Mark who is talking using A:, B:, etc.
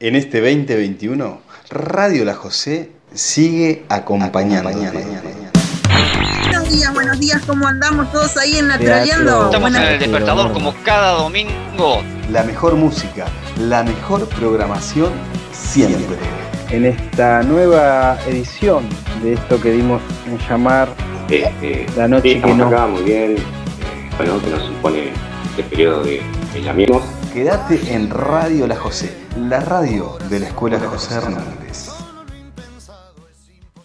A: En este 2021, Radio La José sigue acompañándote.
B: Buenos días, buenos días, ¿cómo andamos todos ahí en Naturaleando?
C: Estamos
B: Buenas-
C: en el despertador como cada domingo.
A: La mejor música, la mejor programación siempre.
D: en esta nueva edición de esto que dimos en llamar
E: Este,
D: La Noche
E: sí,
D: que
E: estamos
D: No.
E: acá muy bien. eh, Bueno, que nos supone este periodo de, de llamemos.
A: Quédate en Radio La José, la radio de la Escuela José Hernández.